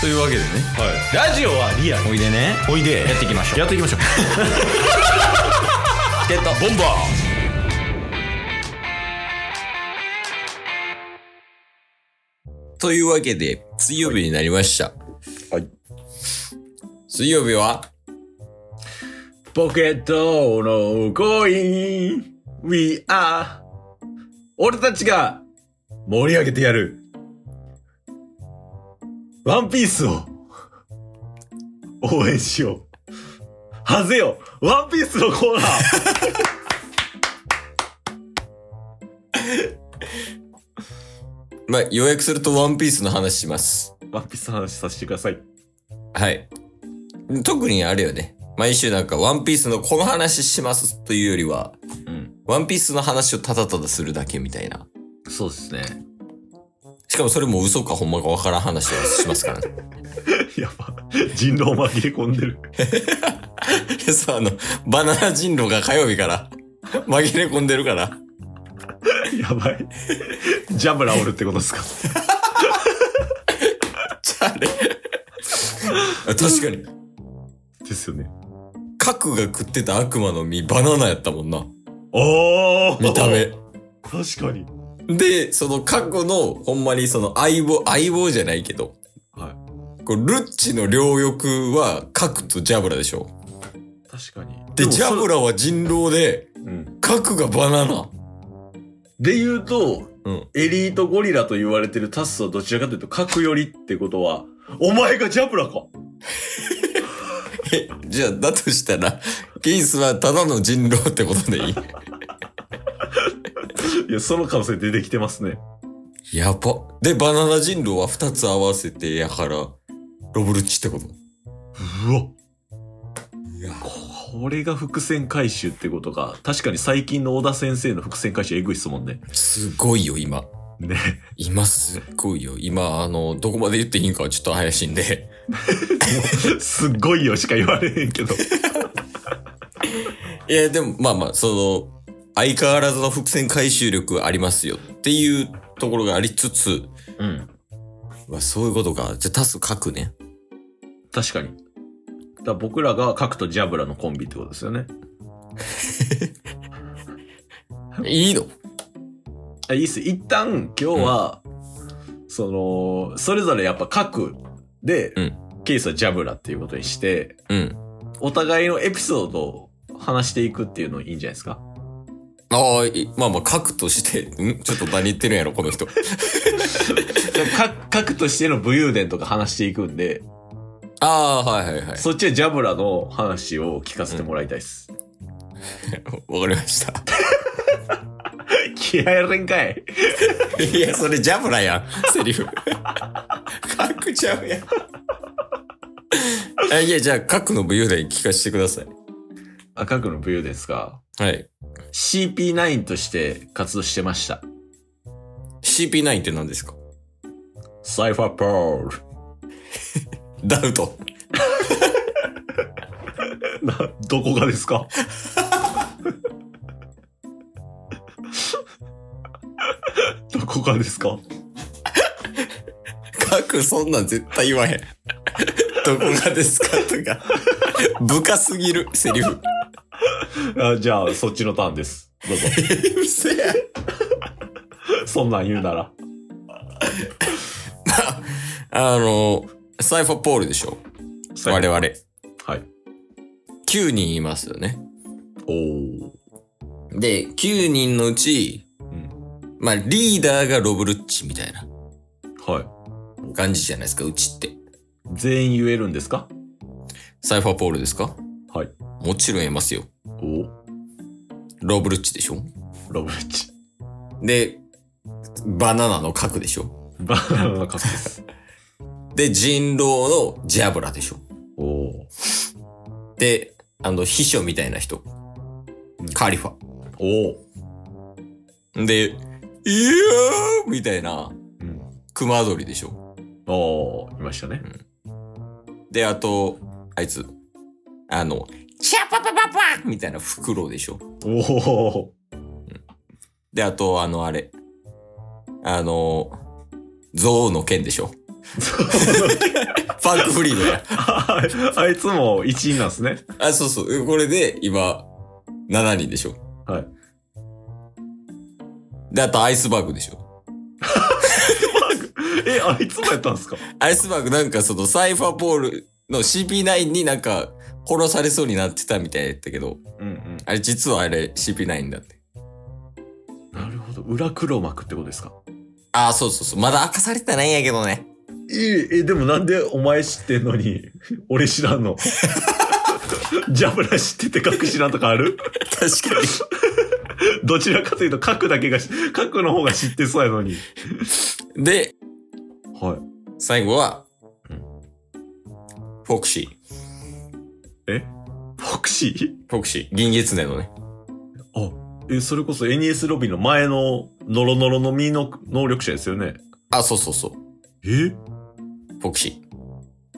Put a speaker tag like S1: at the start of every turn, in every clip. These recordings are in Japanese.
S1: というわけでね
S2: ラジオはリアル
S1: おいでね
S2: おいで
S1: やっていきましょう
S2: やっていきましょう
S1: チケットボンバーというわけで、水曜日になりました。
S2: はい。
S1: 水曜日は、
S2: ポケットの恋 We are 俺たちが盛り上げてやるワンピースを応援しようはぜよワンピースのコーナー
S1: まあ、予約するとワンピースの話します。
S2: ワンピースの話させてください
S1: はい。特にあれよね。毎週なんか、ワンピースのこの話しますというよりは、
S2: うん
S1: ワンピースの話をただただするだけみたいな。
S2: そうですね
S1: しかもそれも嘘かほんまかわからん話をしますからね。
S2: やば人狼紛れ込んでる
S1: そう、あの、バナナ人狼が火曜日から紛れ込んでるから。
S2: やばいジャムラおるってことですか
S1: じゃあね。あ確かに。
S2: ですよね
S1: 核が食ってた悪魔の実、バナナやったもんな。
S2: おお
S1: 見た目。
S2: 確かに
S1: で、その過去の、ほんまにその相棒、相棒じゃないけど、
S2: はい
S1: こうルッチの両翼は核とジャブラでしょ。
S2: 確かに。
S1: で、ジャブ
S2: ラ、
S1: ラは人狼で、
S2: うん、
S1: 核がバナナ。
S2: で言うと、
S1: うん
S2: エリートゴリラと言われてるタスはどちらかというと、核よりってことは、お前がジャブラか
S1: え、じゃあ、だとしたら、ケイスはただの人狼ってことでいい
S2: いや、その可能性出てきてますね。
S1: やば。で、バナナ人狼は2つ合わせてやから、ロブルッチってこと。
S2: うわ。
S1: いや、
S2: これが伏線回収ってことか。確かに最近の小田先生の伏線回収エグいっすもんね。
S1: すごいよ、今。
S2: ね。
S1: 今すっごいよ。今、あの、どこまで言っていいんかはちょっと怪しいんで。
S2: すっごいよしか言われへんけど。
S1: いや、でも、まあまあ、その、相変わらずの伏線回収力ありますよっていうところがありつつ、
S2: うん。
S1: うわ、そういうことか。じゃあ、タス書くね。
S2: 確かに。だから僕らが核とジャブラのコンビってことですよね。
S1: いいの
S2: あいいっす。一旦今日は、その、それぞれやっぱ各で、
S1: うん
S2: ケースはジャブラっていうことにして、
S1: うん。
S2: お互いのエピソードを話していくっていうのいいんじゃないで すか
S1: ああ、いまあまあ、書くとして、んちょっと何言ってるんやろ、この人。
S2: 各各としての武勇伝とか話していくんで、
S1: ああ、はいはいはい。
S2: そっちはジャブラの話を聞かせてもらいたいです。
S1: わかりました。
S2: 気合やれんかい
S1: いや、それジャブラやん、セリ フ。書くちゃうやん。あいや、じゃあ、書くの武勇伝聞かせてください。
S2: あ、各の武勇伝ですか
S1: はい。
S2: ?CP9 として活動してました。
S1: CP9 って何ですか
S2: サイファーパール。
S1: ダウト。
S2: な、どこがです かどこがですか
S1: 書く、そんなん絶対言わへん。どこがですかとか。深すぎる、セリフ。
S2: あじゃあ、そっちのターンです。ど うぞ。
S1: 嘘や。
S2: そんなん言うなら。
S1: あの、サイファーポールでしょ我々。
S2: はい。
S1: 9人いますよね。
S2: おー。
S1: で、9人のうち、
S2: うん。
S1: まあ、リーダーがロブルッチみたいな
S2: はい。
S1: 感じじゃないですか、うちって。
S2: 全員言えるんですか
S1: サイファーポールですか
S2: はい。
S1: もちろん言えますよ。
S2: おー。
S1: ロブルッチでしょ
S2: ロブレッチ。
S1: で、バナナの核でしょ
S2: バナナのカスです。
S1: で、人狼のジャブラでしょ
S2: おー。
S1: で、あの、秘書みたいな人
S2: うん。
S1: カリフ
S2: おー。
S1: ァ。で、いやーみたいな、
S2: うん。
S1: 熊鳥でしょ
S2: おー、いましたね。
S1: で、あと、あいつ、あの、チャパパパパみたいなフクロウでしょ
S2: おー。
S1: で、あと、あの、あれ。あの、象の剣でしょパークフリードや。
S2: ああいつ も1位なんですね。
S1: あ、そうそう。これで、今、7人でしょ。
S2: はい。
S1: で、あとアイスバーグでしょ。
S2: え、あいつもやったんですか
S1: アイスバーグなんかそのサイファーボールの CP9 になんか殺されそうになってたみたいだったけど、
S2: うんうん。
S1: あれ実はあれ CP9 だって。
S2: なるほど。裏黒幕ってことですか
S1: あ、そうそうそう。まだ明かされてないんやけどね。
S2: え、え、でもなんでお前知ってんのに、俺知らんの ジャブラ知ってて核知らんとかあ る
S1: 確かに。
S2: どちらかというと核だけが、核の方が知ってそうやのに。
S1: で、
S2: はい。
S1: 最後は
S2: うん、
S1: フォクシー。
S2: えフォクシ
S1: フォクシー。銀月ネのね。
S2: ーあ、え、それこそ NES ロビーの前のノロノロの実の能力者ですよね。
S1: あ、そうそうそう。
S2: え
S1: フォクシ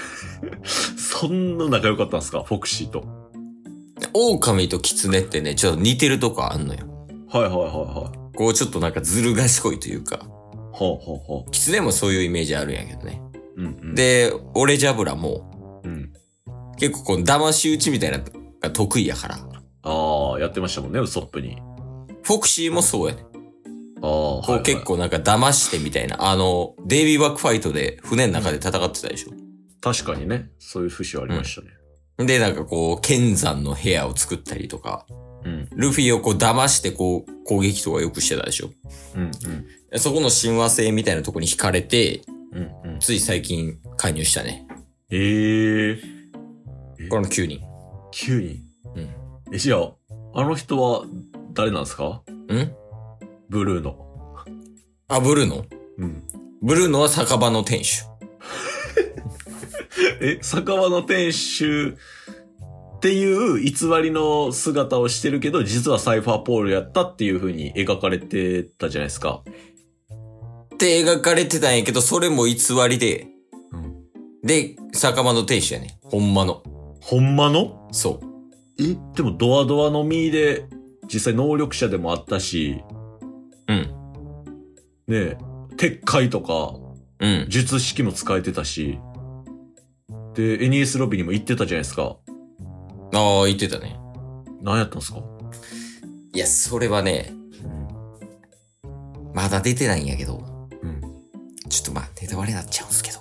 S2: そんな仲良かったんですかフォクシーと。
S1: ー。狼と狐ってね、ちょっと似てるとこあんのよ。
S2: はいはいはいはい。
S1: こうちょっとなんかずる賢いというか、
S2: はあはあはあ。
S1: 狐もそういうイメージあるんやけどね。
S2: うん、うん。、
S1: で、俺ジャブラも、
S2: うん。
S1: 結構この騙し討ちみたいなのが得意やから。
S2: ああ、やってましたもんね、ウソップに。
S1: フォクシーもそうやね。
S2: ああ、はい
S1: こ
S2: は
S1: う
S2: い
S1: 結。構なんか騙してみたいな。あの、デイビーバックファイトで船の中で戦ってたでしょ。
S2: 確かにね、そういう節はありましたね。
S1: で、なんかこう、剣山の部屋を作ったりとか、
S2: うん、
S1: ルフィをこう騙してこう攻撃とかよくしてたでしょ。
S2: うん、
S1: そこの親和性みたいなとこに惹かれて、
S2: うん、うん、うん。
S1: つい最近加入したね。
S2: ええー、
S1: この9人。
S2: 9人。
S1: うん。
S2: え、じゃあ、あの人は誰なんですか
S1: ん
S2: ブルーの。
S1: あ、ブルーノ
S2: うん。
S1: ブルーノは酒場の店主。
S2: え、酒場の店主っていう偽りの姿をしてるけど、実はサイファーポールやったっていう風に描かれてたじゃないですか。
S1: って描かれてたんやけど、それも偽りで、
S2: うん。
S1: で、酒場の店主やね。ほんまの。
S2: ほんまの
S1: そ
S2: えでもドアドアのみで実際能力者でもあったし、
S1: う。うん。
S2: ねえ、撤回とか
S1: うん。
S2: 術式も使えてたし、で、NES ロビーにも行ってたじゃないですか。
S1: ああ、言ってたね。
S2: 何やったんですか、
S1: いや、それはね、まだ出てないんやけど、
S2: うん。
S1: ちょっとまあ、ネタバレになっちゃうんすけど。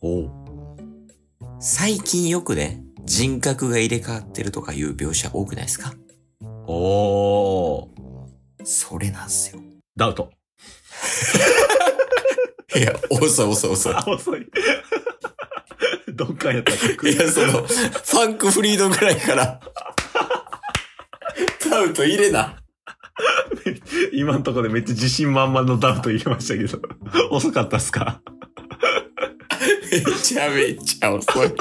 S2: おう。
S1: 最近よくね、人格が入れ替わってるとかいう描写多くないですか
S2: おー。
S1: それなんすよ。
S2: ダウト。
S1: いや、遅い遅い遅い。
S2: あ、遅い。 どっかやったっけ
S1: いや、その、ファンクフリードぐらいから、ダウト入れな。
S2: 今のところでめっちゃ自信満々のダウト言いましたけど、 遅かったっすか
S1: めちゃめちゃ遅い。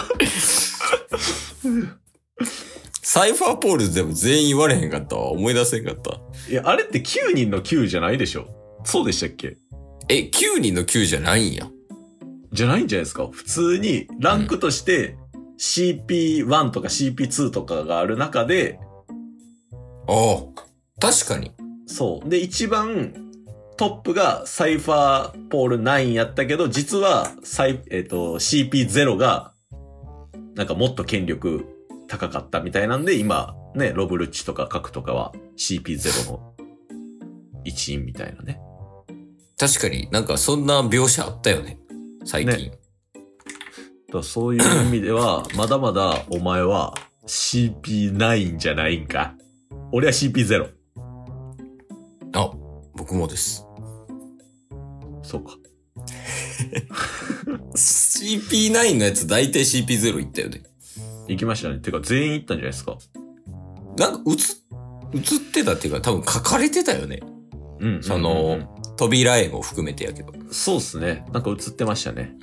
S1: サイファーポールズでも全員言われへんかったわ。思い出せんかった。
S2: いや、あれって9人の9じゃないでしょそうでしたっけ
S1: え、9人の9じゃないんや。
S2: じゃないんじゃないですか普通にランクとして CP1 とか CP2 とかがある中で、
S1: ああ。確かに。
S2: そう。で、一番トップがサイファーポール9やったけど、実はサイ、えっ、と、CP0 が、なんかもっと権力高かったみたいなんで、今、ね、ロブルッチとか核とかは CP0 の一員みたいなね。
S1: 確かになんかそんな描写あったよね。最近。
S2: だからそういう意味では、まだまだお前は CP9 じゃないんか。俺は CP0。
S1: あ、僕もです。
S2: そうか。
S1: CP9 のやつ大体 CP0 いったよね。
S2: 行きましたね。てか全員行ったんじゃないですか。
S1: なんか映っ、映ってたっていうか多分書かれてたよね。
S2: うん。
S1: そ
S2: うんうんう
S1: の
S2: ん、
S1: 扉絵も含めてやけど。
S2: そうっすね。なんか映ってましたね。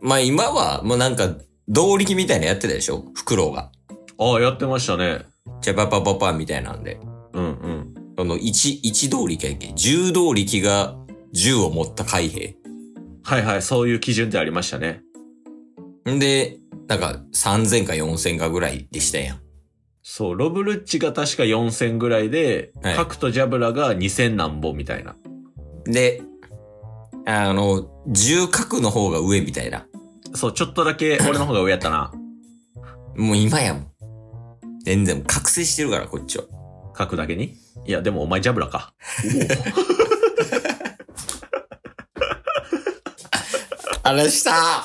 S1: まあ今はもうなんか動力みたいなやってたでしょフクロウが。
S2: ああ、やってましたね。
S1: ジャパパパパみたいなんで。
S2: うんうん。
S1: その一、一動力やっけ十動力が銃を持った海兵。
S2: はいはい、そういう基準ってありましたね。
S1: んで、なんか3000か4000かぐらいでしたやん。
S2: そう、ロブルッチが確か4000ぐらいで、
S1: はい
S2: カクとジャブラが2000何本みたいな。
S1: で、あの、重角の方が上みたいな。
S2: そう、ちょっとだけ俺の方が上やったな。
S1: もう今やもん。全然、覚醒してるから、こっちは。
S2: 書くだけに。いや、でもお前ジャブラか。
S1: あれした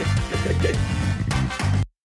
S3: す